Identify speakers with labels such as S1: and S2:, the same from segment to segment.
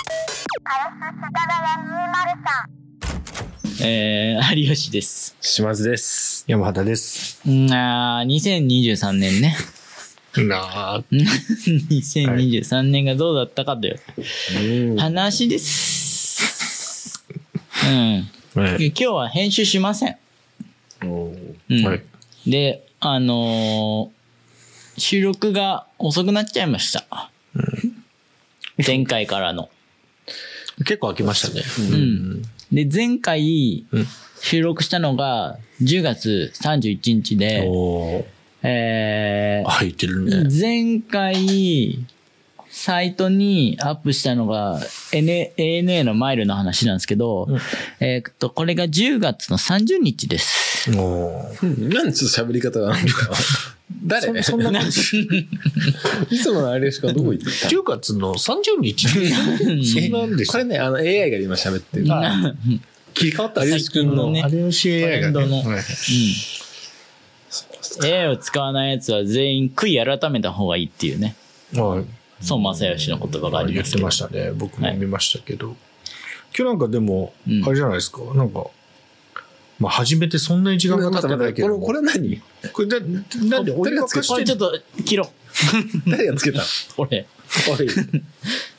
S1: カラス世田谷203
S2: えー、有吉です。
S3: 島津です。
S4: 山畑です。
S2: うんあー、2023年 ね。
S3: なあ。
S2: 2023年がどうだったかという
S3: うん。
S2: 話です。うん。
S4: はい。
S2: 今日は編集しません。うん
S4: はい。
S2: で、あのー収録が遅くなっちゃいました。前回からの。
S4: 結構開きましたね。
S2: うん。で、前回
S4: うん
S2: 収録したのが10月31日で、
S4: おー
S2: えー
S4: 開いてるね。
S2: 前回、サイトにアップしたのが、N、ANA のマイルの話なんですけど、えーっと、これが10月の30日です。
S4: おー
S3: なんつう喋り方がなんだよ誰そんない つものあれしかどこ行って
S4: 10月の30日そんなんでし
S3: こ
S4: た
S3: れね、あの AI が今喋ってる。切り替わった有吉君
S2: 最
S3: の。
S2: 近のね
S3: 有吉
S2: ト
S3: AI
S2: レ
S3: が
S2: ン
S3: ね。
S2: ドの
S3: はい
S2: A を使わないやつは全員悔い改めた方がいいっていうね、
S4: はい。
S2: 孫正義の言葉がありま
S4: 言っ
S2: す
S4: て
S2: けど
S4: ましたね。僕も見ましたけど。今日なんかでも、
S2: うん
S4: あれじゃないですか。なんか、まあ、初めてそんなに時間が経って
S3: 待って
S4: な
S3: 待っ
S4: いけ
S3: てこ
S4: ど
S3: れ
S4: も。
S3: これ何
S4: これ、だなんで、お湯沸かし
S2: これち
S4: て
S2: ょっ
S4: ん
S2: と切ろう。
S3: 誰がつけたの
S2: 俺、
S3: おい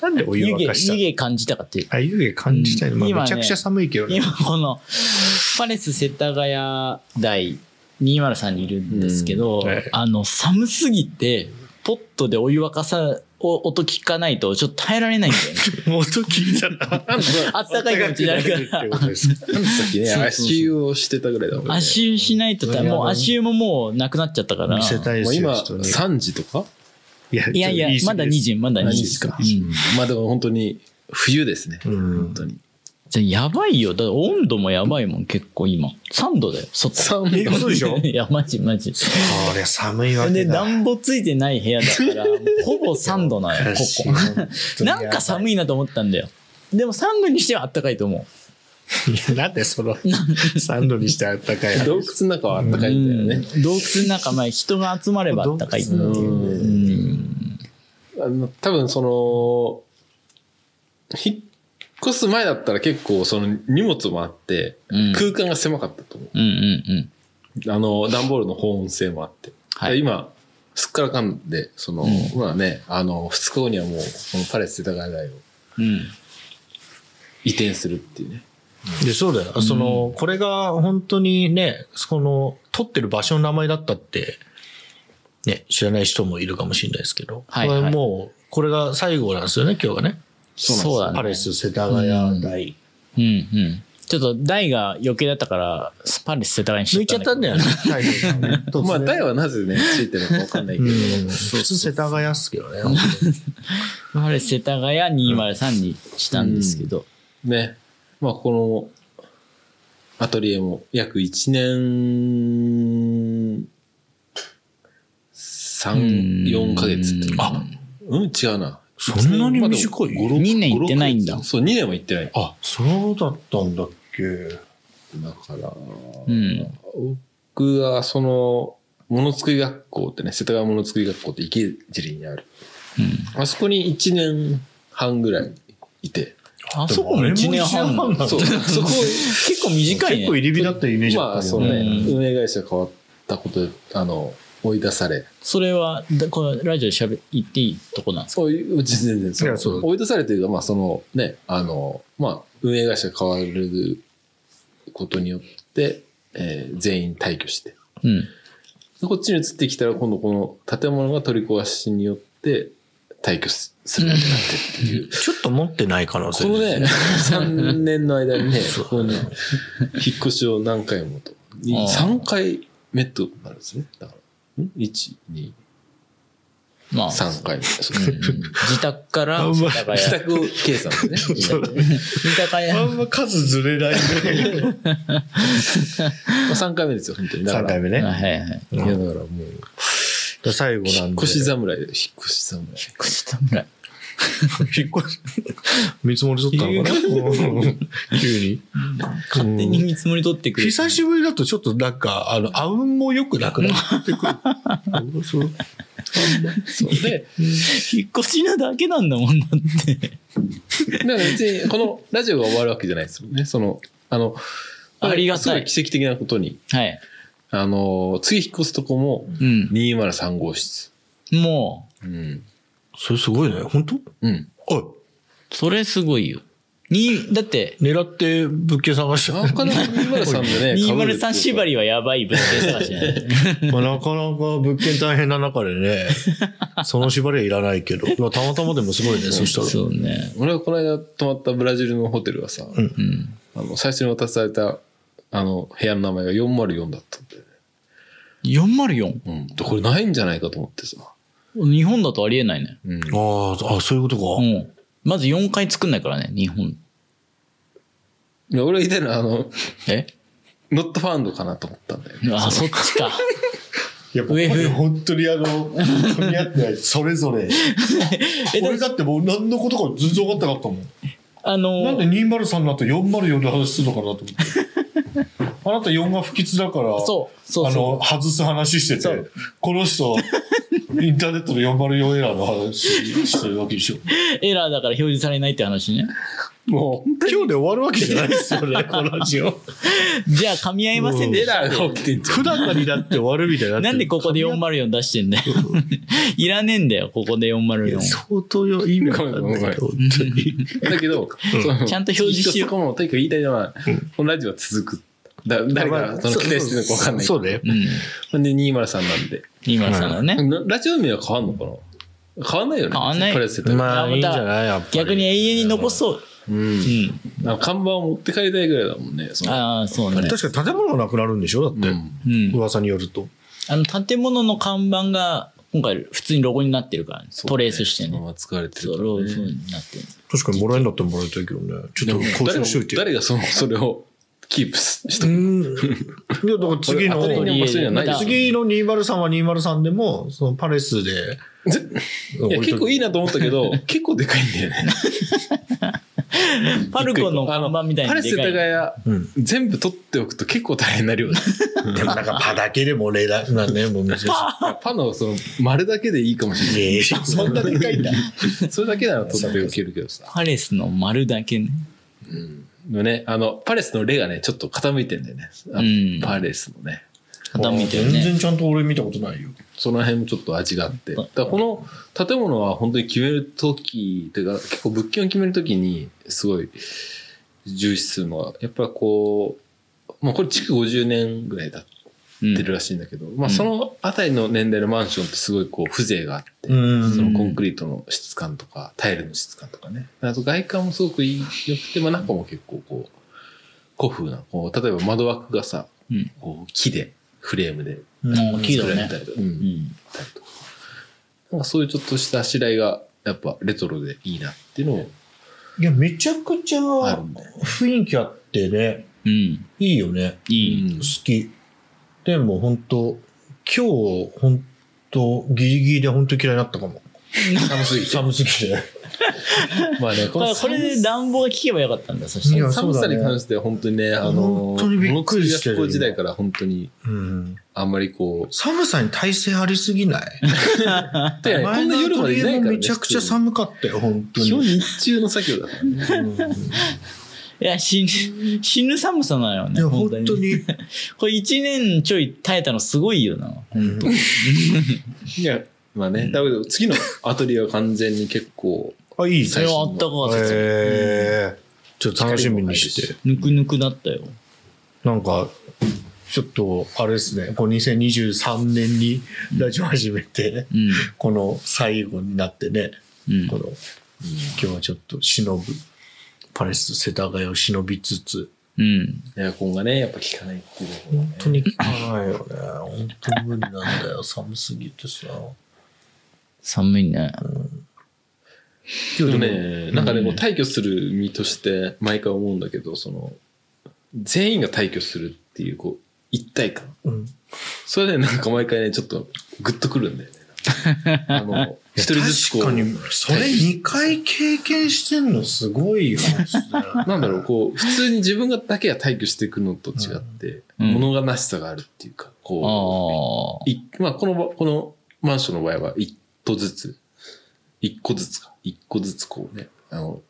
S4: なんでお湯
S2: 湯気、
S4: 沸かした
S2: 湯気感じたかっていう。
S4: あ、湯気感じたいの。ま
S2: うん
S4: あ
S2: 今ね
S4: めちゃくちゃ寒いけどね。
S2: 今この、パレス世田谷台203にいるんですけど、
S4: うんはい
S2: あの、寒すぎて、ポットでお湯沸かさ、お音聞かないと、ちょっと耐えられないんだよ ね。
S4: 音聞いた ら。
S2: あったかい気持ちになるから。
S3: なんでさっきね、
S2: そうそうそう
S3: 足湯をしてたぐらいだもんね。
S2: 足湯しないとた、もう足湯ももうなくなっちゃったから。
S4: 見せたいで
S3: もう
S4: すよ
S3: 今、
S4: 人に
S3: 3時とか
S2: いやいや、まだ2。時、まだ2
S3: 何
S2: 時
S3: 時。か
S2: う。ん
S3: まあでも本当に冬ですね。
S4: うん
S3: 本当に。
S2: じゃあやばいよ。だって温度もやばいもん、結構今。3度だよ、外。
S3: 3時
S4: え嘘でしょ
S2: いや、マジマジ。
S4: これ寒いわ
S2: で、
S4: けだ。
S2: 暖房ついてない部屋だから、 もうほぼ3度なのよ、ここ。なんか寒いなと思ったんだよ。でも3度にしてはあったかいと思
S4: い。なんでその、3度にしてあったかい。
S3: 洞窟の中はあった
S2: う。
S3: かいんだよね。
S2: うん洞窟の中、まあ人が集まればあったかいっていう。
S4: 洞
S3: 窟
S2: うん
S3: あの多分その、引っ越す前だったら結構その荷物もあって、
S2: うん
S3: 空間が狭かったと思
S2: うんうんうん。
S3: う。あの、段ボールの保温性もあって。
S2: はい
S3: で今、すっからかんで、その、
S2: うん
S3: まあね、あの、2日後にはもう、このパレス世田谷台を
S2: うん。
S3: 移転するっていうね。
S4: で、そうだよ。その、これが本当にね、その、撮ってる場所の名前だったって、ね、知らない人もいるかもしれないですけど、
S2: はいはい
S4: これもう、これが最後なんですよね、今日がね。
S2: そうだね
S4: パレス、世田谷台。
S2: うんうん。ちょっと台が余計だったから、スパレス世田谷にし
S4: 抜いちゃったんだよね、大変だね
S3: まあ、台はなぜね、ついてるのかわかんないけ
S4: う
S3: ど、
S4: ん普通世田谷っすけどね。
S2: パレス世田谷203にしたんですけど。
S3: ね。まあ、この、アトリエも約1年、3、4ヶ月っていうのかな。うん、違うな。
S4: そんなに短い
S3: 五六
S2: 二年行ってないんだ
S3: 五六そう、2年は行ってない。
S4: あ、そうだったんだっけ。
S3: だから、
S2: うん。
S3: 僕はその、ものづくり学校ってね、世田谷ものづくり学校って池尻にある。
S2: うん
S3: あそこに1年半ぐらいいて。
S2: あそこも1年半
S4: でもあれ
S2: だ
S4: も一年半な の
S3: そう、そこ、
S2: 結構短いね。
S4: 結構入り火だったイメージだった
S3: まあ、その
S2: う
S3: ね、
S2: ん
S3: 運営会社変わったことで、あの、追い出され、
S2: それは、だこのラジオでしゃべ、言っていいとこなんですか
S3: そういう、全然、そ
S4: いやそう
S3: の追い出されてるか、まあ、そのね、あの、まあ、運営会社変わることによって、えー全員退去して。
S2: うん。
S3: でこっちに移ってきたら、今度この建物が取り壊しによって退去すするようになってっていう。
S4: ちょっと持ってない可能性
S3: この
S4: です
S3: ね、3年の間に ね、
S4: そう
S3: ここに引っ越しを何回もと。
S2: ああ
S3: 3回目となるんですね。だから、ん ?1、2、
S2: まあ、
S3: 3回目。そう
S2: うん自宅から
S4: あん
S2: 世
S4: ま
S2: 田谷。
S3: 自宅計算です ね。
S4: そう
S2: 三鷹
S4: あ
S2: 屋
S4: んま数ずれないぐ らい。
S3: まあ3回目ですよ、本当に。だから
S4: 3回目 ね。
S2: はいはいはい。
S3: いや、だからもう、
S4: で最後な
S3: 引っ
S4: んで。
S3: 越し侍だよ、引っ越し侍。
S2: 口田村。
S4: 引っ越し。見積もり取ったのかなうん 急に。
S2: 勝手に見積もり取ってくる。
S4: 久しぶりだとちょっとなんか、あの、あうんも良くなくなってくる。 そう
S3: そうで、
S2: 引っ越しなだけなんだもんだって。
S3: だから別に、このラジオが終わるわけじゃないですもんね。その、あの、
S2: ありがたい
S3: すごい奇跡的なことに、
S2: はい。
S3: あの、次引っ越すとこも
S2: うん。
S3: 203号室。
S2: も
S3: うん。
S4: それすごいね。本当
S3: うん。
S4: お
S2: う、それすごいよ。に、だって
S4: い、狙って物件探した。
S3: なかなか203でね。
S2: 203縛
S3: り。
S2: りはやばい物件探しね。
S4: まあ、なかなか物件大変な中で ね、その縛りはいらないけど、まあ、たまたまでもすごい ね、そしたら。
S2: そうね。
S3: 俺はこの間泊まったブラジルのホテルはさ、
S4: ん
S2: うん。
S3: あの最初に渡されたあの部屋の名前が404だったんで、
S2: 404?
S3: うん、でこれないんじゃないかと思ってさ、
S2: 日本だとありえないね。
S3: うん、
S4: ああ、あそういうことか。
S2: うん。まず4回作んないからね、日本。
S3: いや俺が言いたいのはあの
S2: え
S3: ノットファウンドかなと思ったんだよね
S2: あ、そっち か。
S4: いや、ここ
S2: 上上
S4: で本当にあの、噛み合ってない、 それぞれ。
S2: え、で
S4: 俺
S2: も、
S4: だってもう何のことか全然分かってなかったもん。
S2: あの
S4: なんで
S2: ー、
S4: 203の後404の話するのかなと思って。 あなた4が不吉だから、
S2: そう、そうそう。
S4: あの、外す話して
S2: そ
S4: て
S2: う、
S4: この 人、インターネットの404エラーの話してるわけでしょ。
S2: エラーだから表示されないって話ね。
S3: もう
S4: 今日で終わるわけじゃないですよ ね、この話を。
S2: じゃあ噛み合いませんで
S3: エ
S2: し
S3: ラ
S2: た。
S3: ーが起きてんじゃ
S4: 普段にだって終わるみたいになってる
S2: なんでここで404出してんだよ。 いらねえんだよ、ここで
S4: いや
S2: 404。
S4: 相当よ、意味わかんないよ、本当に。
S3: んだけど、その
S2: ちゃんと表示しよう
S3: そこもとにかく言いたいのは、このラジオは続くだ誰がその期待してるのか分かんない
S4: そうね。
S2: うん。
S3: ほんで203なんで
S2: 今さんだね。
S3: なラジオ名は変わんのかな変わんないよね
S2: 変わんない
S3: プレステと
S4: まあ、いいんじゃないやっぱり
S2: 逆に永遠に残そう。
S3: う
S2: う
S3: ん
S2: ん。
S3: なんか看板を持って帰りたいぐらいだもんねその
S2: ああ、そうね。
S4: 確かに建物がなくなるんでしょだって、
S3: うん
S2: うん。
S4: 噂によると。
S2: あの、建物の看板が、今回普通にロゴになってるから、ね、トレースして
S3: その
S2: ね。
S3: まま使われて
S2: そ
S3: る
S2: う、
S3: から
S2: ロゴになってる。
S4: 確かにもらえるんだったらもらいたいけどね。ち
S3: で
S4: ょっ
S3: も
S4: と交
S3: 誰
S4: 渉
S3: が
S4: しといてよ。
S3: 誰がそのそれをキープしし
S4: う
S3: とく
S4: ん。いや、だから次の
S3: ア、トリエの場所にはない
S2: また
S4: 次の203は203でも、そのパレスで。
S3: いや結構いい
S4: な。
S3: なと思ったけど結構でかいんだよね
S2: パルコの看板みたい
S3: パレ
S2: に
S3: ス
S2: でか
S3: 高
S2: い。
S3: 屋
S4: うん。
S3: 全部取っておくと結構大変 な量だ
S4: でもなんかパだけでも例だ。まあね、もう難しい。
S3: パのその丸だけでいいかもしれない
S4: いやいやそんなでかいんだ。
S3: それだけなら取っておけるけどさ
S2: パレスの丸だけね。
S3: でもねあのパレスのレがねちょっと傾いてんだよねあの
S2: うん
S3: パレスのね
S2: 傾いてる
S4: 全
S2: ね。
S4: 然ちゃんと俺見たことないよ。
S3: その辺もちょっと味があって。だからこの建物は本当に決めるとき、てか結構物件を決めるときにすごい重視するのは、やっぱこう、まあこれ築50年ぐらい経ってるらしいんだけど、まあそのあたりの年代のマンションってすごいこう風情があって、
S4: ん
S3: そのコンクリートの質感とか、タイルの質感とかね。あと外観もすごくいい、良くて、まあ中も結構こう、古風な、こう、例えば窓枠がさ、
S2: うん
S3: こう木で、フレームで
S2: うん木だ
S3: 作られ
S2: ね
S3: た。りとか、うん
S2: うん。
S3: なんかそういうちょっとしたあしらいが、やっぱレトロでいいなっていうのも
S4: いや、めちゃくちゃ
S3: あるんだよ。
S4: 雰囲気あってね、
S2: うん。
S4: いいよね。
S2: いい。
S3: うん
S4: 好き。でも本当今日本当ギリギリで本当嫌いになったかも。
S3: 寒すぎて。
S4: 寒すぎて。
S3: まあ ね、こ
S2: ま
S3: の
S2: あこれで暖房が効けばよかったんだ、そし
S4: い
S2: た
S4: や
S2: ら。
S3: 寒さに関しては本当にね、あの、
S4: 本当にびっくりしてる
S3: 物理学校時代から本当に
S4: うん。
S3: あんまりこう、
S4: 寒さに耐性ありすぎない。
S3: でこんな夜まで
S4: 前のアトリエ
S3: いないから、
S4: も
S3: ね、
S4: めちゃくちゃ
S3: 普
S4: 寒かったよ、本当
S3: 通に基本
S4: に。
S3: 日中の作業だからね。
S2: いや、死ぬ、死ぬ寒さなのよ
S4: い
S2: ね。
S4: や、
S2: 本
S4: 本
S2: 当
S4: 当
S2: に。
S4: に。
S2: これ1年ちょい耐えたのすごいよな。
S4: うん
S3: いや、まあね、だけど次のアトリエは完全に結構、
S4: あ、いい
S2: それはあったかかったです
S4: へえ。ちょっと楽しみにして。
S2: ぬくぬくだったよ。
S4: なんか、ちょっと、あれですね、こう2023年にラジオ始めて、
S2: うん。
S4: この最後になってね、
S2: うん
S4: こ。の、今日はちょっと忍ぶ、パレス、世田谷を忍びつつ、
S2: うん。
S3: エアコンがね、やっぱ効かないっていうのも
S4: 本当に効かないよね。本当に無理なんだよ、寒すぎてさ。
S2: 寒いね。
S3: でもね、なんかね、こう退去する身として毎回思うんだけど、その、全員が退去するっていう、こう、一体感。
S4: うん。
S3: それでなんか毎回ね、ちょっとグッとくるんだよね。 あの、一人ずつこ
S4: 確か
S3: う、
S4: に、それ2回経験してんのすごいよ。
S3: なんだろう、こう、普通に自分がだけが退去していくのと違って、
S2: うん
S3: 物悲しさがあるっていうか、こ
S2: ああ
S3: う、。いまあ、この場、このマンションの場合は、一個ずつ、一個ずつか、一個ずつこうね、あの、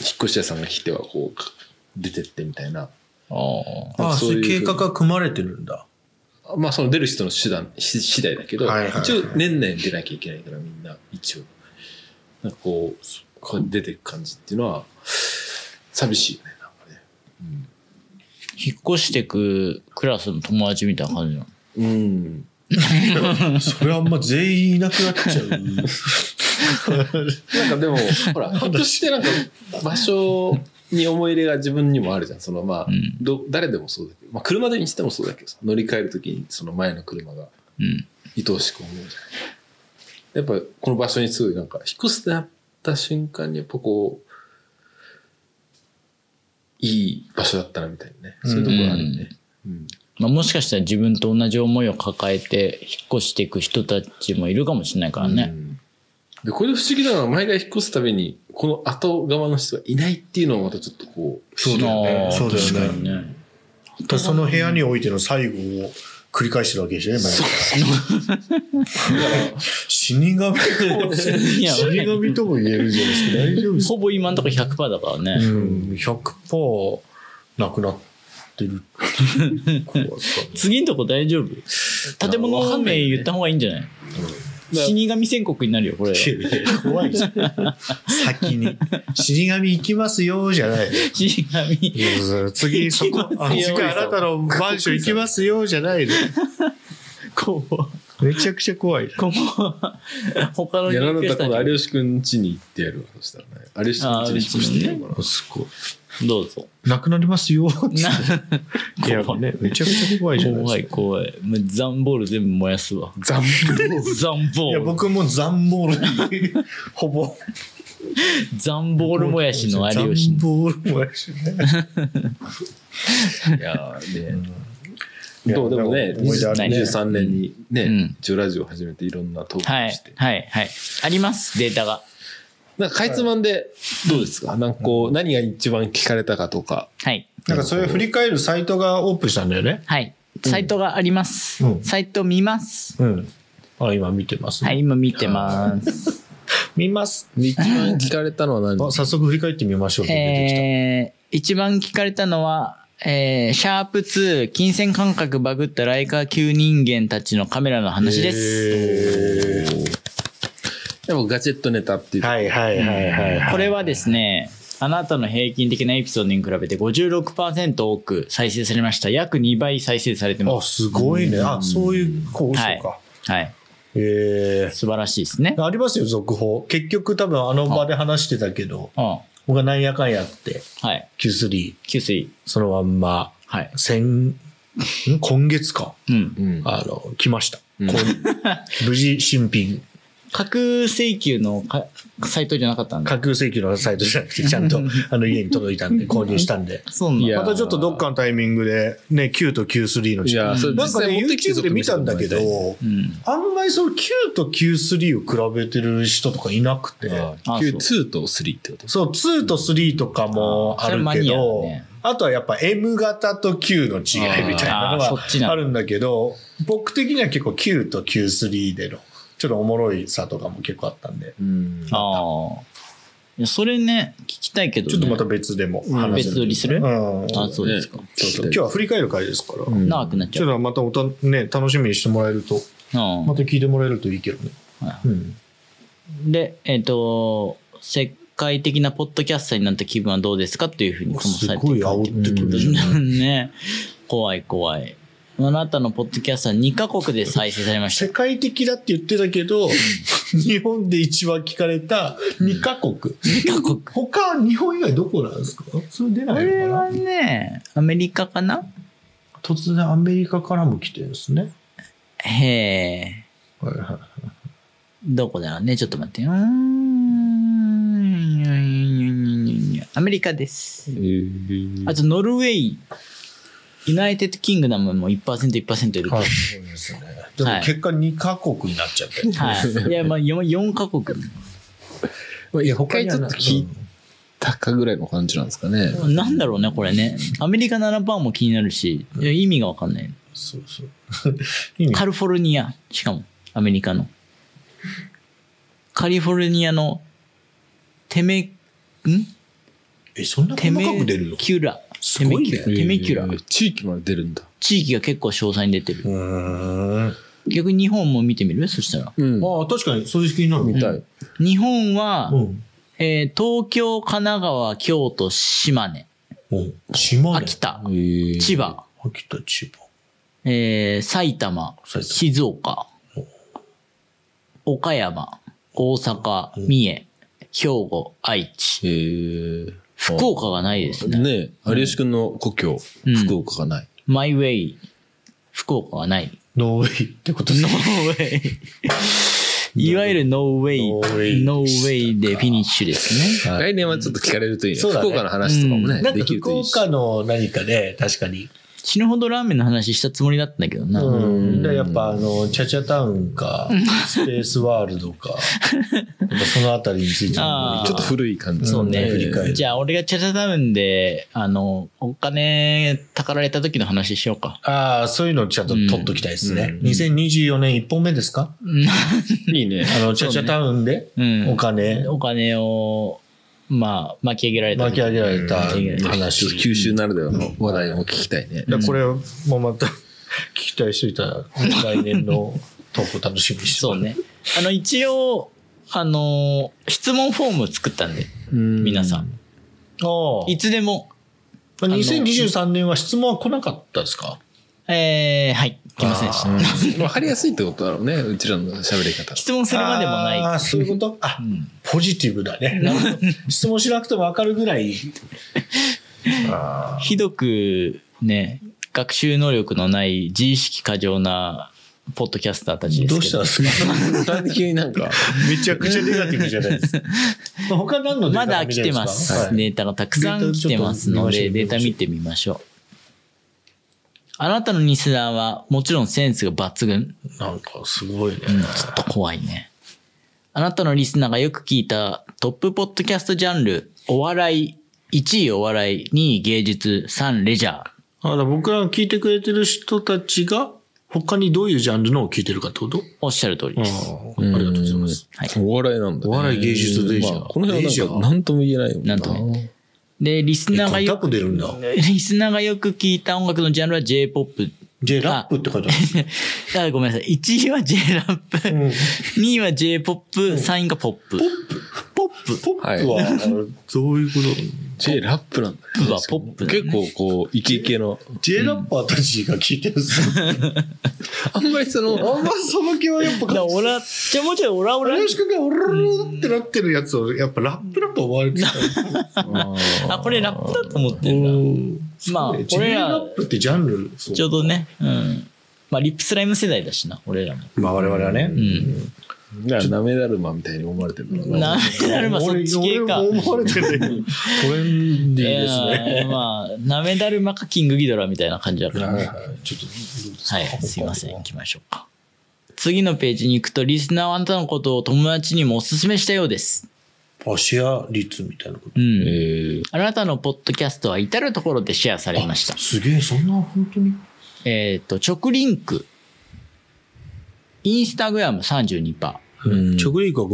S3: 引っ越し屋さんが来てはこう出てってみたいな
S2: あ
S4: ああ、
S3: そ
S4: そうう
S3: いう
S4: いう計画が組まれてるんだ。
S3: まあその出る人の手段し次第だけど、
S4: はいはいはい
S3: 一応年内に出なきゃいけないからみんな一応なんかこうこう出てく感じっていうのは寂しいよねなんかね。
S2: 引っ越してくクラスの友達みたいな感じなの。
S3: うん、
S4: それはあんま全員いなくなっちゃう。
S3: なんか でもほら半年してなんか場所に思い入れが自分にもあるじゃんそのまあ、
S2: うん
S3: ど誰でもそうだけど、まあ、車でにしてもそうだけどさ乗り換える時にその前の車が
S2: うん。
S3: 愛おしく思うじゃん。やっぱこの場所にすごいなんか引っ越すってなった瞬間にやっぱこう、いい場所だったなみたいなね。そういうところあるよね。うん。
S2: まあ、もしかしたら自分と同じ思いを抱えて引っ越していく人たちもいるかもしれないから
S3: う
S2: ね。
S3: んで、これで不思議なのは毎回引っ越すたびに、この後側の人がいないっていうのもまたちょっとこう、
S4: そうだよね
S2: あー
S4: そうだよね
S2: 確かにね。
S4: だからその部屋においての最後を繰り返してるわけでしょ、ね、
S3: そう
S4: 死神とも
S2: いや
S4: 死神とも言えるじゃないですか。大丈夫ですか
S2: ほぼ今のところ100%だからね。
S4: うん、100%なくなってる。怖さね
S2: 次のとこ大丈夫建物名言った方がいいんじゃない死神宣告になるよ、これ。
S4: いやいや怖いじゃん。先に。死神行きますよ、じゃない。
S2: 死神。
S4: 次、そこ、あ
S2: 行きますよ
S4: 次あなたのマンション行きますよ、じゃないの。
S2: こう、
S4: めちゃくちゃ怖い。
S2: ここは、他の
S3: やらな
S2: リク
S3: かっ
S2: エス
S3: た
S2: ト
S3: ら
S2: に
S3: 有吉くん家に行ってやるわ、そしたらね。有吉くん家に引っ越してやるから。
S4: すごい。
S2: どうぞ。
S4: なくなりますよ、つっていや
S2: 怖い
S4: ね、めちゃくちゃ怖いじゃないですか
S2: 怖。い怖い。もう段ボール全部燃やすわ。
S3: 残 念。
S2: 段ボ
S4: い
S2: ー
S4: や、
S2: ル。
S4: 僕も残ボールに、 ほぼ。
S2: 段ボール燃やしの有吉
S4: 残。ボールもやしね。
S3: いやーね。
S4: いや
S3: どうでもね、
S4: なんか思い出あるね
S3: 23年にね、
S2: うん
S3: 一応ラジオ始めていろんな投稿して、
S2: はい、はい、はい。あります、データが。
S3: なんかかいつまんでどうですか、なんかこう何が一番聞かれたかとか、
S2: はい、
S4: なんかそういう振り返るサイトがオープンしたんだよね。
S2: はい。サイトがあります。
S4: うん
S2: サイト見ます。
S4: うん。あ、今見てます、ね。
S2: はい、今見てます。
S4: 見ます。
S3: 一番聞かれたの は
S4: あ、
S3: 何
S4: 早速振り返ってみましょうって出てき
S2: えー、一番聞かれたのは、えー、シャープ2、金銭感覚バグったライカー級人間たちのカメラの話です。
S3: でもガジェットネタっていう、
S4: た。はいはいはいはい、はい。
S2: これはですね、あなたの平均的なエピソードに比べて56%多く再生されました。約2倍再生されてま
S4: あ、
S2: す。
S4: すごいね。あ、そういう、こう、そうか。
S2: はいはい。
S4: え
S2: 素晴らしいですね
S4: ー。。ありますよ、続報。結局多分あの場で話してたけど、
S2: うん。は
S4: 僕がなんやかんやって、
S2: い。
S4: Q3、
S2: 給水。
S4: そのまんま、
S2: はい。
S4: 先、ん今月か。
S2: うん
S3: う。ん、
S4: あの、来ました。
S3: うん
S4: こう無事新品。
S2: 架空請求のかサイトじゃなかったんだ。
S4: 架空請求のサイトじゃなくて、ちゃんと、あの、家に届いたんで、購入したんで。
S2: そうなん
S3: いや
S2: だ。
S4: またちょっとどっかのタイミングで、ね、9と Q3 の
S3: いやそれ
S4: なん
S3: 実
S4: か
S3: 際
S4: ね、
S3: 持ってきて
S4: YouTube で見たんだけど、
S2: うん。
S4: あんまりその9と Q3 を比べてる人とかいなくて、
S2: あそう
S3: 2と3ってこと
S4: そう、2と3とかもある
S2: それマ
S4: け
S2: ニアだ
S4: ど、
S2: ね
S4: あとはやっぱ M 型と Q の違いみたいなの
S2: あーあーそっちな
S4: が
S2: んだ
S4: あるんだけど、僕的には結構9と Q3 での、ちょっとおもろいさとかも結構あったんで、
S3: うん
S2: ああ。いや、それね、聞きたいけど、ね。
S4: ちょっとまた別でも話せる
S2: うん別撮りする
S4: うん。
S2: あ、そうですか。
S4: そうそう今日は振り返る回ですから、
S3: うん
S2: 長くなっちゃ
S4: ちょっ
S2: う。
S4: とまたおた、ね、楽しみにしてもらえると、
S2: うん
S4: また聞いてもらえるといいけどね。
S2: は
S4: うん。
S2: で、えっ、と、世界的なポッドキャスターになった気分はどうですかっていうふうに、このサイトに書いて
S3: すごい煽ってくる
S4: じ
S2: うんね。 怖い怖い。あなたのポッドキャスター2カ国で再生されまし
S4: 世界的だって言ってたけど、日本で一番聞かれた2カ国。
S2: た。2カ国。
S4: 他、日本以外どこなんですかそれ出
S2: こ
S4: ない
S2: れ
S4: のか
S2: は
S4: な
S2: ね、アメリカかな
S4: 突然アメリカからも来てるんですね。
S2: へえ。
S4: はいはい
S2: どこだろうね。ちょっと待ってよ。うーんにゃにゃにゃにゃにゃアメリカです。あと、ノルウェー、ユナイテッドキングダムも 1%1% いるから。
S4: はい。そうですね。でも結果2カ国になっちゃって。
S2: はい。いや、まあ、4, 四カ国。
S3: いや
S4: 他
S3: 他
S4: に
S3: に
S4: は
S3: ち
S4: な
S3: ょっと聞いたかぐらいの感じなんですかね、
S2: なんだろうね、これね。アメリカ7%も気になるし、いや意味がわかんない。
S4: そうそう。 意味
S2: カリフォルニア、しかも、アメリカの。カリフォルニアの、テメ、ん
S4: え、そんな
S2: テ
S4: 細
S2: メ
S4: かく出るの
S2: キュラ。
S4: すごいね
S2: テメキュラテメキュラ。
S3: えー地域まで出るんだ。
S2: 地域が結構詳細に出てる。
S4: うん。あ
S2: 逆に日本も見てみるそしたら。
S3: うん
S4: あ、確かにそういう気になる
S3: 見
S4: ね。
S3: た
S2: う
S3: い
S2: ん。日本は、
S4: うん。
S2: えー東京、神奈川、京都、島根、
S4: うん。島根。
S2: 秋。田、千
S3: 千。
S2: 葉、
S4: 秋田、千葉。
S2: えー埼玉、
S4: 埼玉
S2: 静岡、岡山、大阪、三重、兵庫、愛知。
S3: えー
S2: 福岡がないですね。
S3: ねえ有吉君の故郷、
S2: うん
S3: 福岡がない。
S2: マイウェイ、福岡はない。
S4: ノーウェイってこと
S2: ノーウェイ。いわゆるノーウェイ、
S4: ノーウェイ
S2: ノーウェイでフィニッシュですね。
S3: 来年はちょっと聞かれるといいね。
S4: そうだね
S3: 福岡の話とかもね、
S4: なん
S3: で
S4: か
S3: きる
S4: 福
S3: といいし。
S4: 岡の何かで、確かに。
S2: 死ぬほどラーメンの話したつもりだったんだけどな。
S4: うん。でやっぱあの、チャチャタウンか、スペースワールド か、やっぱそのあたりについて
S2: あ
S4: も
S2: ー
S3: ちょっと古い感じ
S4: そうね
S3: ん
S4: 振り返る
S2: じゃあ、俺がチャチャダウンで、あの、お金、たかられた時の話しようか。
S4: ああ、そういうのちゃんと取っときたいですね。
S3: うん
S4: 2024年1本目ですか
S3: いいね。
S4: あの、チャチャタウンで
S2: うん
S4: お金
S2: お金を、まあ、巻き上げられた。
S4: 巻き上げられた
S3: ちょっと
S4: 話。
S3: 九州ならではの話題も聞きたいね。
S4: だからこれもまた 聞きたい人いたら、来年の投稿楽しみにして
S2: そうね。あの、一応、あの、質問フォーム作ったんで、皆さん。
S4: ああ。
S2: いつでも、
S4: まあ2023年は質問は来なかったですか
S2: えー、はい、来ませんでし
S4: あ
S2: た。
S3: わかりやすいってことだろうね、うちらの喋り方。
S2: 質問するまでも
S4: あ
S2: な
S4: あ、
S2: い。
S4: そういうことあ、
S2: ん
S4: ポジティブだね。質問しなくても分かるぐらい。あ
S2: ひどく、ね、学習能力のない、自意識過剰な、ポッドキャスターたちですけ
S4: ー
S2: ど。
S4: どうしたんですか
S3: なんで急になんか、
S4: めちゃくちゃネガティブじゃないですか。 他何のデ
S2: ま
S4: ータ
S2: だ
S4: 見
S2: 来
S4: れ
S2: て
S4: るん
S2: ま
S4: です
S2: す。
S4: かはい
S2: データがたくさん来てますので、デ
S4: デ
S2: ー
S4: ー
S2: タ
S4: タ
S2: 見
S4: 見
S2: てみましょう。あなたのリスナーはもちろんセンスが抜群。
S4: なんかすごいね。
S2: うん、ちょっと怖いね。あなたのリスナーがよく聞いたトップポッドキャストジャンル、お笑い、1位お笑い、2位芸術、3レジャー。
S4: あだから僕らが聞いてくれてる人たちが、他にどういうジャンルのを聞いてるかってこと
S2: おっしゃる通り
S4: あ
S2: です。
S4: ありがとうございます。
S2: はい。
S3: お笑いなんだね。
S4: お笑い芸術レジャー
S3: まあこの辺はなんか何とも言えないもん
S2: なんともで、リスナーが
S4: タ
S2: よ
S4: コ
S2: く、
S4: 出るんだ。
S2: リスナーがよく聞いた音楽のジャンルは J-POP。
S4: J ラップって書いてあ る。
S2: あごめんなさい。1位は J ラップ、
S4: ん
S2: 2位は J-POP、3位がポップ。ポッ
S4: ポップポ
S3: は
S4: ッ
S3: い
S4: プは、あのどういうこと
S3: J ラップなんだね
S2: プはポップだね
S3: 結構こう、イケイケの。
S4: ?J ラッパーたちが聞いてるんですよ。
S3: あんまりその、
S4: あんまその気はやっぱ
S2: プ。だからオラ、じゃあもうちょいオラオラ。
S4: 林くんがオロロロってなってるやつをやっぱラップだと思われてた。
S2: あ、これラップだと思ってんだ。まあ、
S4: そうね
S2: 俺
S4: J ラ
S2: ら
S4: ッ、プってジャンル、そう
S2: ちょうどね、うん。まあ、リップスライム世代だしな、俺らも。
S4: まあ我々はね。
S2: うん。
S3: ななめだるまみたいに思われてるのか
S2: な、なるまそっち系か。
S4: 俺俺も思われてる。トレンディーです
S2: いやー
S4: ね。
S2: まあ、なめだるまかキングギドラみたいな感じだから
S4: はい
S2: ね。
S4: はいちょっとどうですか
S2: はい、すいません。行きましょうか。次のページに行くと、リスナーはあなたのことを友達にもお勧めしたようです。
S4: あシェア率みたいなこと
S2: う。ん。
S3: え
S2: あなたのポッドキャストは至るところでシェアされました。
S4: すげえ、そんな本当に。
S2: えっ、と、直リンク。インスタグラム32%、
S3: うん
S4: 直リークは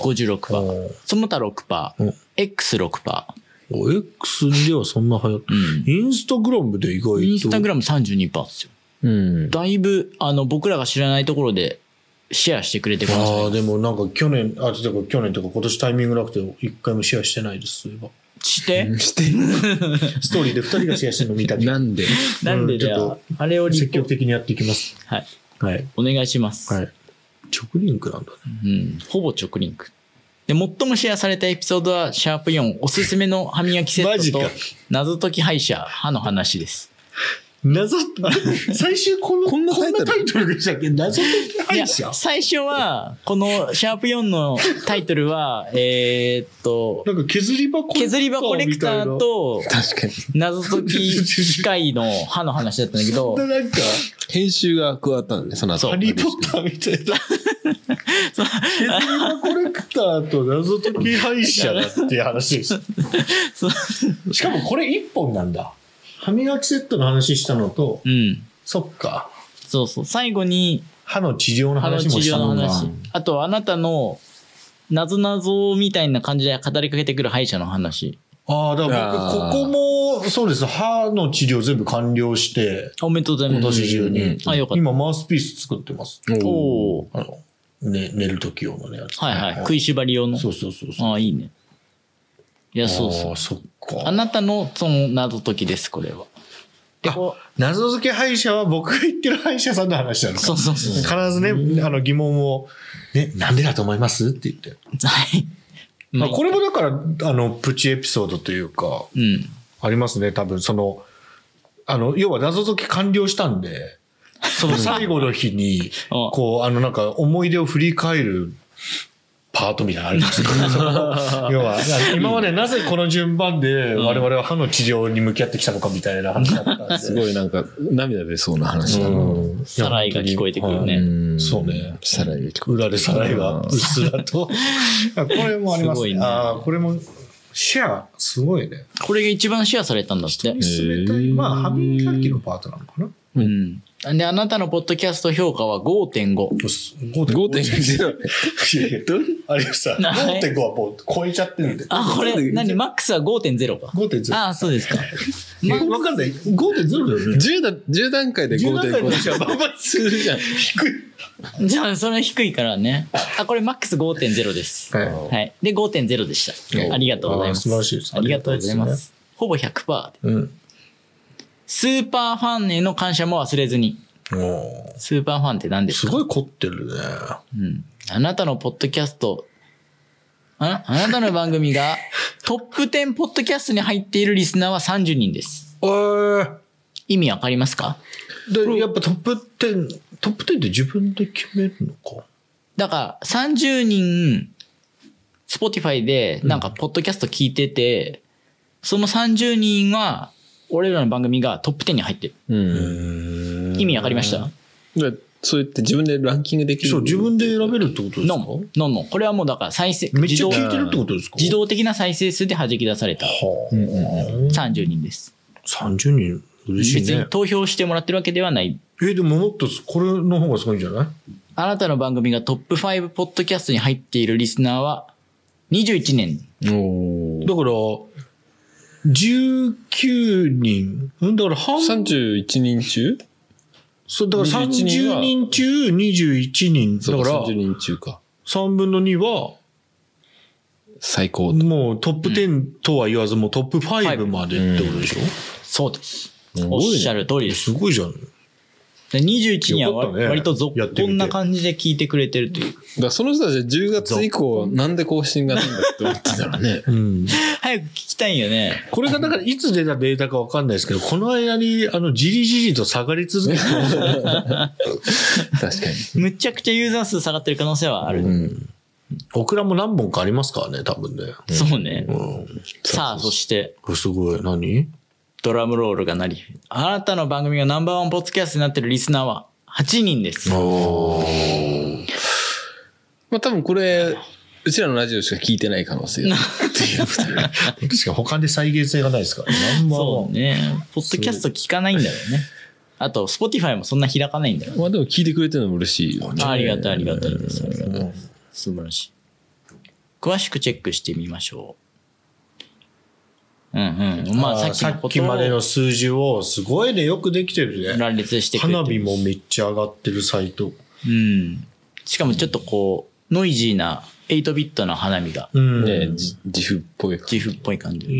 S4: 56%。
S2: 56%、その他6%、
S4: うん
S2: X6%、
S4: お X ではそんな流行って
S2: うん。
S4: インスタグラムで意外と。
S2: インスタグラム32%ですよ。
S3: ーうん。
S2: だいぶ、あの、僕らが知らないところでシェアしてくれてくだ
S4: あ
S2: さ
S4: あ、でもなんか去年、あ、てか去年とか今年タイミングなくて一回もシェアしてないです、そういえば。
S2: い。して、
S3: して
S4: ストーリーで二人がシェアしてるの見 たけど
S3: なんで
S2: なんでじ
S4: ちょ
S2: ゃ
S4: っ
S2: あ
S4: と、
S2: あれをリ
S4: 積
S2: ポ
S4: 極的にやっていきます。
S2: はい。
S4: はい。
S2: お願いします。
S4: はい。直リンクなんだね。
S2: うん。ほぼ直リンク。で、最もシェアされたエピソードは、シャープ4、おすすめの歯磨きセ
S4: マ
S2: ッ
S4: ジ
S2: ト
S4: か
S2: と、謎解き歯医者、歯の話です。
S4: 謎、 最終この、こんな
S3: タイトル
S4: タイトルでしたっけ謎解き
S2: い
S4: 敗
S2: や
S4: 者
S2: 最初は、このシャープ4のタイトルは、 えーっと、
S4: なんか削り場コレクター。
S2: 削り場コレクター。と
S3: 確かに。
S2: 謎解き機械の歯の話だったんだけど、
S4: なんか、
S3: 編集が加わったんだね、その後。
S4: ハリーポッターみたい な。削り場コレクターと謎解き敗者だっていう話です。
S2: そう
S4: しかもこれ一本なんだ。歯磨きセットの話したのと、
S2: うん。
S4: そっか。
S2: そうそう。最後に、
S4: 歯の治療の
S2: 歯の
S4: 話
S2: 治
S4: もし
S2: 療
S4: た
S2: の
S4: もんな。
S2: 話。あと、あなたの、謎謎みたいな感じで語りかけてくる歯医者の話。
S4: ああ、だから
S3: あ
S4: 僕、
S3: ー
S4: ここも、そうです。歯の治療全部完了して、
S2: おめでとうござい
S4: 今
S2: ます。
S4: 年中に。
S2: うんあ、よかった。
S4: 今、マウスピース作ってます。
S2: おー
S4: あの、ね、寝る時用のね、やつ。
S2: はいはい。食いしばり用の。
S4: そうそうそうそう。
S2: ああ、いいね。いや、そうそう
S4: あー。そっ
S2: あ
S4: か。
S2: なたのその謎解きです、これは。でこ
S4: 謎解き歯医者は僕が言ってる歯医者さんの話なの
S2: う
S4: か。
S2: そうそうそう。
S4: 必ずね、あの疑問を、ね、なんでだと思いますって言って。
S2: はい。
S4: まあ、これもだから、あの、プチエピソードというか、
S2: うん。
S4: ありますね、多分、その、あの、要は謎解き完了したんで、その最後の日 に、
S2: あ
S4: こう、あの、なんか思い出を振り返るパートみたいなのあるん ですよ。その要は、今までなぜこの順番で我々は歯の治療に向き合ってきたのかみたいな話だったんで。
S3: すごいなんか涙出そうな話だな。
S4: うん。
S2: さらいが聞こえてくるね。
S3: うん
S4: そうね
S3: さらいが聞こえてくる
S4: 裏でさらいがうっすらと。 これもあります
S2: すごい
S4: ね。
S2: ね
S4: ああ、これも、シェア、すごいね。
S2: これが一番シェアされたんだって。
S4: 冷たい。まあ、歯磨きのパートなのかな。
S2: うん。で、あなたのポッドキャスト評価は5.5。
S3: 5.0。
S4: あれさ、
S2: ない
S4: 5.5はもう超えちゃってるんで。
S2: あ、これ、何マックスは5.0か。
S4: 5.0。
S2: ああ、そうですか。
S4: え
S2: ま
S4: わかんない。5.0だよね。
S3: 10, だ10段階で
S4: 10段階で
S3: 5.5ババするじゃん。
S4: 低い。
S2: じゃあ、それ低いから ね。あ、これマックス5.0です。
S4: は
S2: はい。で、5.0でした。ありがとうございます。
S4: あー素晴らしいです
S2: ありがとうございま。
S4: ありがたいです
S2: ほぼ100%で。
S4: い。うん。
S2: スーパーファンへの感謝も忘れずに。
S4: お
S2: スーパーファンって何です
S4: す
S2: か
S4: ごい凝ってるね。
S2: うん。あなたのポッドキャスト、ああなたの番組 がトップ10ポッドキャストに入っているリスナーは30人です。
S4: えー
S2: 意味わかりますか
S4: で、やっぱトップ10、トップ10って自分で決めるのか。
S2: だから30人、Spotify でなんかポッドキャスト聞いてて、その30人は俺らの番組がトップ10に入ってる。
S3: うん。
S4: 意
S2: 意味わかりました
S3: だからそうやって自分でランキングできる。
S4: そう、自分で選べるってことですか
S2: ノン、ノンノン。これはもうだから再生、
S4: めっ
S2: 自
S4: ちゃ
S2: 動、
S4: 聞いてるってことですか
S2: 自動的な再生数で弾き出された
S4: はあ。
S2: 30人です。
S4: 30人嬉し
S2: 別
S4: い
S2: に
S4: ね。
S2: 投票してもらってるわけではない
S4: え、でももっとこれの方がすごいんじゃない
S2: あなたの番組がトップ5ポッドキャストに入っているリスナーは21年。
S3: おー
S4: だから、19人、うんだから半、
S3: 31人中
S4: そう、だから
S3: 21人は
S4: 30人中21人。だ
S3: そう
S4: か、
S3: から30人中か。
S4: 3分の2は、
S3: 最高。
S4: もうトップ10とは言わず、もうトップ5までってことでしょ、
S2: そうです。
S3: す
S2: おっ
S3: ごいね
S2: しゃる通りです。
S4: すごいじゃん。
S2: で21人は
S4: よかったね
S2: 割割とぞ
S4: やってみて。
S2: こんな感じで聞いてくれてるという。
S3: だからその人たちは10月以降、なんで更新がないんだって思ってた らね
S4: うん。
S2: 早く聞きたいよね。
S4: これがだから、いつ出たデータかわかんないですけど、この間に、あの、じりじりと下がり続けてる、
S3: 確か
S2: むちゃくちゃユーザー数下がってる可能性はある。
S3: に。うん。
S4: オクラも何本かありますからね、多分ね。
S2: そうね。
S4: うん。
S2: さあ、そして、
S4: これすごい。何
S2: ドラムロールが鳴り、あなたの番組がナンバーワンポッドキャストになってるリスナーは8人です。
S4: お
S3: まあ多分これ、うちらのラジオしか聞いてない可能性があるっていうことで
S4: 確かに他で再現性がないですからね。ナンバーワ
S2: そ
S4: ン
S2: うね。ポッドキャスト聞かないんだろうね。あと、Spotify もそんな開かないんだよ。
S3: まあでも聞いてくれてるのも嬉しいよね。
S2: ありがたい、ありがたいです。ありがたい
S4: うん
S2: 素晴らしい。詳しくチェックしてみましょう。うんうん。まあ、さっき
S4: さ
S2: の
S4: っ
S2: こ
S4: き
S2: と
S4: までの
S2: を
S4: 数字を、すごいね、よくできてるね。
S2: 羅列してくれて
S4: 花火もめっちゃ上がってるサイト。
S2: うん。しかもちょっとこう、ノイジーな8ビットの花火が、
S4: うん
S3: ね、じ自負っぽい。
S2: ジフっぽい感
S4: いい
S2: じ。
S4: ね。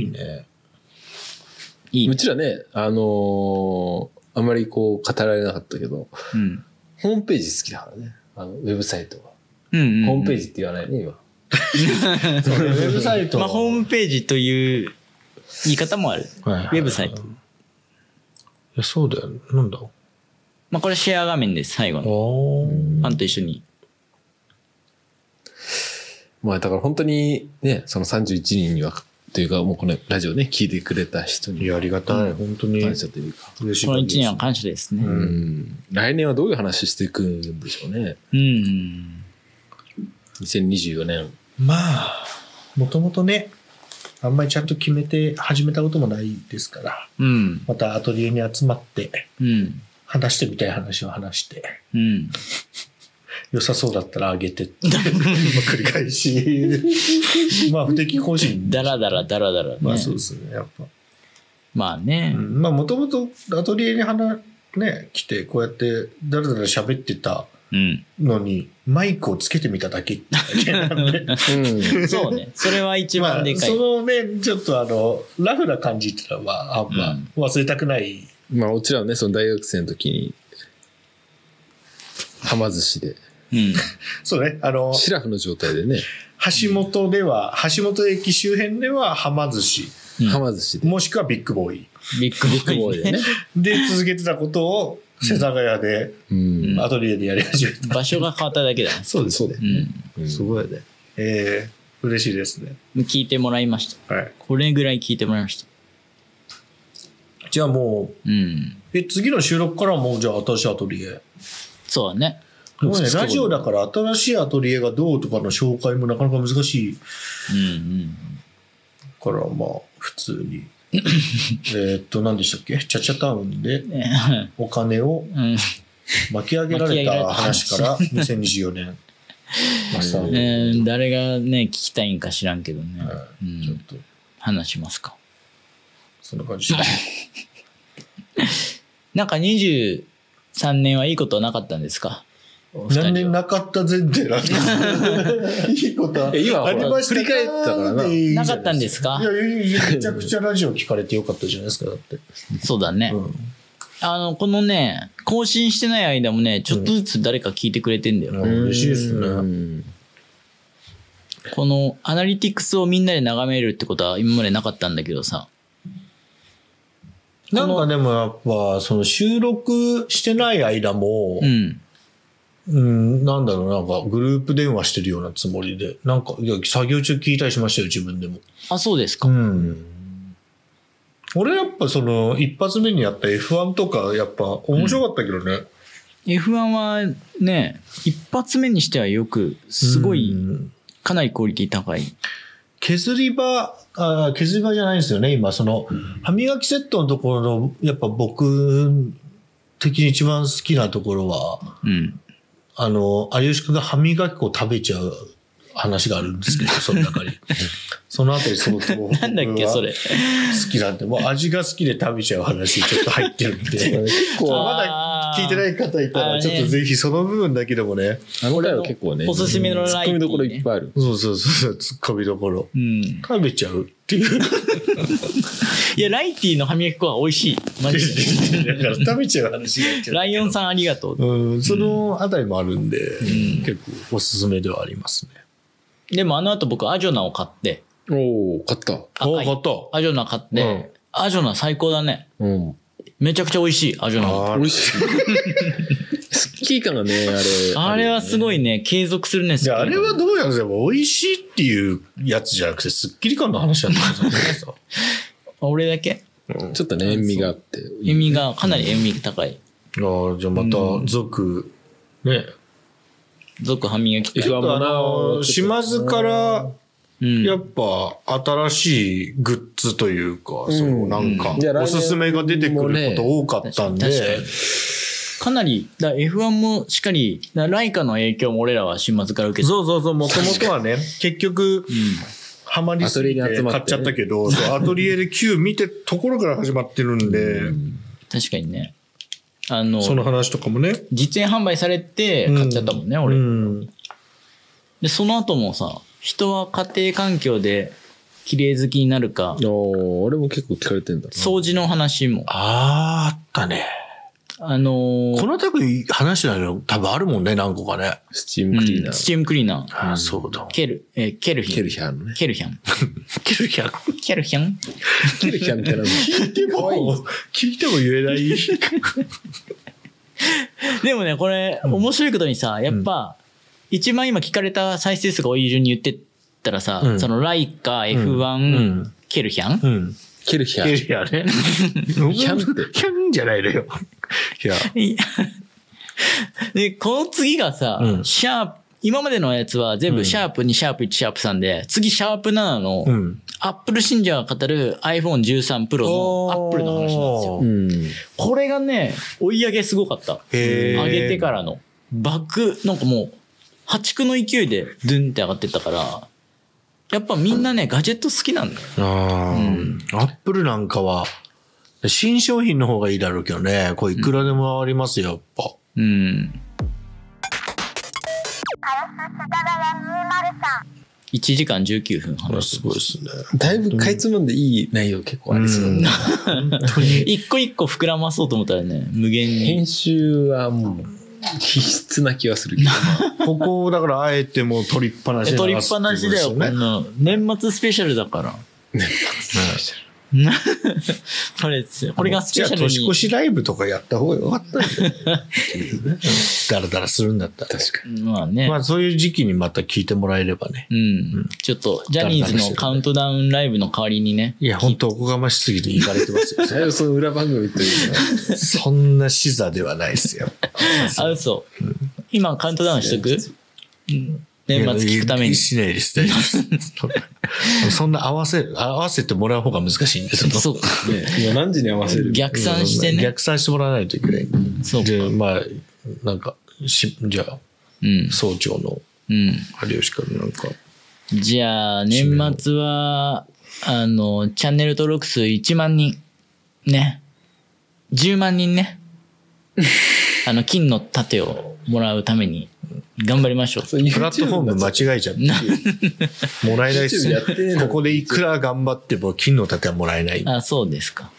S2: いいね
S3: う。ちらね、あのーあまりこう語られなかったけど、
S2: うん。
S3: ホームページ好きだからね。あの、ウェブサイトは。
S2: うんうんうん
S3: ホームページって言わないね、今。
S4: ウェブサイト。
S2: まあ、ホームページという言い方もある。
S4: はい
S2: ウェブサイト。
S4: いや、そうだよ。なんだあ
S2: まあ、これシェア画面です、最後の。ファ
S4: ー
S2: ンと一緒に。
S3: まあだから本当にね、その31人には、というかもうこのラジオね、聞いてくれた人
S4: い
S3: に
S4: や、ありがたい。本当に。
S3: 感謝というか。
S4: 嬉しい
S2: この1
S4: 限りです
S2: 年は感謝ですね。
S4: う
S3: うんん。来年はどういう話していくんでしょうね。
S2: うん。
S3: 2024年。
S4: まあ、もともとね、あんまりちゃんと決めて始めたこともないですから、
S2: うん。
S4: またアトリエに集まって、
S2: うん。
S4: 話してみたい話を話して、
S2: うん。
S4: 良さそうだったら上げ てって、まあ繰り返し、まあ不適更新。
S2: だらだらだらだらね。
S4: まあそうですね、やっぱ。
S2: まあね。
S4: うんまあもともとアトリエに花ね、来て、こうやってだらだら喋ってた
S2: うん。
S4: のに、マイクをつけてみただけってだけな んで。
S2: そうね。それは一
S4: ま
S2: 番
S4: あ
S2: で、かい。
S4: そのね、ちょっとあの、ラフな感じっていうのは、あんま忘れたくない。
S3: まあ、うちらはね、その大学生の時に、はま寿司で、
S2: うん。
S4: そうね、あの、
S3: シラフの状態でね、
S4: 橋本では、橋本駅周辺では、はま寿司、
S2: うん
S3: はま寿司で、
S4: もしくはビッグボーイ。
S2: ビッグ
S3: ボ
S2: ボ
S3: ーイ
S2: ーイ
S3: で
S2: ね
S3: ね。。
S4: で、続けてたことを、世田谷で、
S3: うん。
S4: アトリエでやり始めた。
S2: 場所が変わっただけだね。
S4: そうですね。
S2: う
S3: うん
S4: すごいね。えー、嬉しいですね。
S2: ん。聞いてもらいました。
S4: はい。
S2: これぐらい聞いてもらいました。
S4: じゃあもう、
S2: うん。
S4: え、次の収録からはもう、じゃあ、新しいアトリエ。
S2: そうだね。
S4: もうね、
S3: 二日後
S4: ラジオだから新しいアトリエがどうとかの紹介もなかなか難しい
S2: うんうん。
S4: から、まあ、普通に。 えーっと、何でしたっけチャチャタウンで
S2: ね
S4: お金を
S2: うん。
S4: 巻き上げられた話から2024年。マスター
S2: えー誰がね、聞きたいんか知らんけどね。
S4: は
S2: う
S4: ちょっ
S2: ん。
S4: と、
S2: 話しますか。
S4: そんな感じです。
S2: なんか23年はいいことはなかったんですか
S4: 何年なかった前提 なんです。いいことは。
S3: いや今ほ
S4: あ
S3: ら
S4: りました
S3: 振り返ったからな
S4: でいいじゃ
S2: ないかったんですか
S4: いやいやいや、めちゃくちゃラジオ聞かれてよかったじゃないですか、だって。
S2: そうだね。
S4: う
S2: あの、このね、更新してない間もね、ちょっとずつ誰か聞いてくれてんだよ。
S4: ん。嬉しいですね。
S3: ね。
S2: このアナリティクスをみんなで眺めるってことは今までなかったんだけどさ。
S4: なんかでもやっぱ、その収録してない間も
S2: う、ん。
S4: うん、なんだろう、なんかグループ電話してるようなつもりで、なんか、いや、作業中聞いたりしましたよ、自分でも。
S2: あ、そうですか。
S4: うん。俺やっぱその、一発目にやった F1 とか、やっぱ面白かったけどね。
S2: F1 はね、一発目にしてはよく、すごい、
S4: うん
S2: かなりクオリティ高い。
S4: 削り場、あ削り場じゃないんですよね、今。その、歯磨きセットのところの、やっぱ僕的に一番好きなところは、
S2: うん。
S4: あの、有吉くんが歯磨き粉を食べちゃう話があるん ですけど、その中に。そのあたり相当僕は
S2: なんだっけ、それ。
S4: 好きなんで、もう味が好きで食べちゃう話ちょっと入ってるん で。
S3: 結構、
S4: まだ聞いてない方いた
S2: あーあ
S4: ら、
S2: ー
S4: ちょっと
S2: ね
S4: ぜひその部分だけでもね。
S3: あの回は結構ね、
S2: おすすめの
S3: ツ
S2: ラ
S3: ッ
S2: イ
S3: コ
S2: ン
S3: ミ
S2: ね
S3: どころいっぱいある。
S4: そうそうそうそう、ツッコミどころ。
S2: うん。
S4: 食べちゃうっていう。
S2: いや、ライティの歯磨き粉は美味しい。 マジ で。
S4: だから食べちゃう話になっちゃう
S2: ライオンさんありがとう。
S4: うん、そのあたりもあるんで、
S2: ん
S4: 結構おすすめではありますね。
S2: でもあの後僕、アジョナを買って、
S3: おお買った。
S2: 赤い
S4: あった。
S2: アジョナ買って、
S4: うん
S2: アジョナ最高だね。
S3: うん。
S2: めちゃくちゃ美味しい、アジョナは。
S4: あ
S3: 美味しい。スッキリ感がね、あれ。
S2: あれはすご
S3: い。
S2: いね、継続するね、
S4: じゃあ、あ
S2: スピー
S4: れ
S2: ド
S4: はどうやるんですか美味しいっていうやつじゃなくて、スッキリ感の話だったんですよ。
S2: 俺だけ
S3: ちょっとね、塩味があって。
S2: 塩味が、かなり塩味高い。
S4: ああ、じゃあまた、続、ね。
S2: 俗歯磨き
S3: ち
S2: 粉。
S3: ょっとあの
S4: 島津から、
S2: うん。
S4: やっぱ、新しいグッズというか、その、なんか
S3: いや、来年
S4: おすすめが出てくること多かったんで、
S2: 確かにかなり、だ F1 もしっかり、だライカの影響も俺らは島津から受けて
S4: そうそうそう、もともとは ね、結局、ハマりすぎて
S3: アトリエに集まってね
S4: 買っちゃったけど、そうアトリエで Q 見てところから始まってるんで、
S2: 確かにね。あの、
S4: その話とかもね。
S2: 実演販売されて買っちゃったもんね、
S4: うん
S2: 俺、
S4: うん
S2: で、その後もさ、人は家庭環境で綺麗好きになるか、
S3: おーあれも結構聞かれてんだ。
S2: 掃除の話も。
S4: あーあったね。
S2: あのー
S4: このタグ話してないの多分あるもんね、何個かね。
S3: スチームクリー
S2: う
S3: ナ
S2: んス
S3: ー。
S2: チームクリーナー。
S4: ああ、そうだ。
S2: ケル、えーケルヒン。
S3: ケルヒャンね。
S2: ケルヒャン。
S4: 聞いても
S2: ケルヒャン
S3: ケルヒャンみたいな。
S4: 聞いても言えない。
S2: でもね、これ、面白いことにさ、やっぱ、一番今聞かれた再生数が多い順に言ってったらさ、
S4: うん
S2: その、ライカ、
S4: う
S2: F1、
S4: ん。
S2: ケルヒャン
S4: うん。
S3: ケルヒャン。
S4: いやね。キ
S3: ャンって
S4: キャンじゃないのよ。いや。
S2: いや で、この次がさ、
S4: うん
S2: シャープ、今までのやつは全
S4: う
S2: 部
S4: ん
S2: シャープ2、シャープ1、シャープ3で、次シャープ7の、
S4: うん。
S2: アップル信者が語る iPhone13 Pro のアップルの話なんですよ。
S3: うん。
S2: これがね、追い上げすごかった。
S4: へー
S2: 上げてからの。バク、なんかもう、破竹の勢いでドゥンって上がってったから、やっぱみんなね、ガジェット好きなんだよ。
S4: あ
S2: うん
S4: ーアップルなんかは、新商品の方がいいだろうけどね。これいくらでもありますよ、やっぱ。
S2: うん。
S5: カルススタダラ203
S2: 1時間19分
S4: これ
S2: 話
S4: す
S2: す。
S4: ごいですね。
S3: だいぶかいつまんでいい内容結構ありそうだね
S2: 一個一個膨らまそうと思ったらね、無限に。
S3: 編集はもう必須な気がするけど、
S4: ここをだからあえてもう取りっぱなしで
S2: 取り
S4: 流
S2: っ
S4: す
S2: ぱ
S4: て
S2: な
S4: いう
S2: し
S4: こと
S2: だ
S4: です
S2: よ、こんなの年末スペシャルだから。これですよ。これがス
S4: じ
S2: ペ
S4: ゃあ
S2: シャル
S4: 年越
S2: に。
S4: しライブとかやった方がよかったんじゃない ダラダラするんだったら。
S3: 確かに。
S2: まあね。
S4: まあそういう時期にまた聞いてもらえればね。
S2: うん。ちょっと、ジャニーズのカウントダウンライブの代わりにね。
S4: いや、本当おこがましすぎて行かれてます よ。
S3: だいぶその裏番組というか、
S4: そんな視座ではないですよ。
S2: あ、嘘。今カウントダウン しとくうん年末聞くため
S4: いや
S2: に。
S4: しないです、 大丈夫ですそんな合わせる、合わせてもらう方が難しいんですよ。
S2: そうか。
S3: ね、今何時に合わせる
S2: 逆算してね。
S4: 逆算してもらわないといけない。
S2: そうか。
S4: で、まあ、なんか、しじゃあ、
S2: うん。
S4: 総長の
S2: うん。
S4: 有吉からなんか、
S2: じゃあ、年末は、あの、チャンネル登録数1万人。ね。10万人ね。あの、金の盾をもらうために、頑張りましょう。
S3: そう YouTube
S4: プラットフォーム間違えちゃって、 もらえないっす
S3: YouTube やってねえな
S4: ここでいくら頑張っても金の盾はもらえない。
S2: あ、そうですか。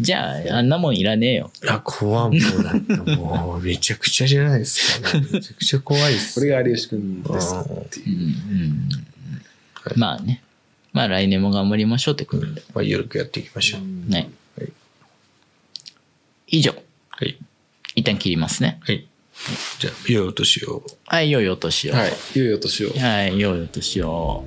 S2: じゃあ、あんなもんいらねえよ。
S4: あ、怖い。もうなんかもう、めちゃくちゃじゃないですか、 めちゃくちゃ怖いっす。
S3: これが有吉くんですっていう。
S2: うんまあね。まあ来年も頑張りましょうってことで。
S4: まあ、緩くやっていきましょう。
S2: ね
S4: はい。
S2: 以上。
S4: はい。
S2: 一旦切りますね。
S4: はい。じゃあ、よいお年を。
S2: はい、良いお年を。
S3: はい。いよいよ年を。
S2: はい、良いお年を。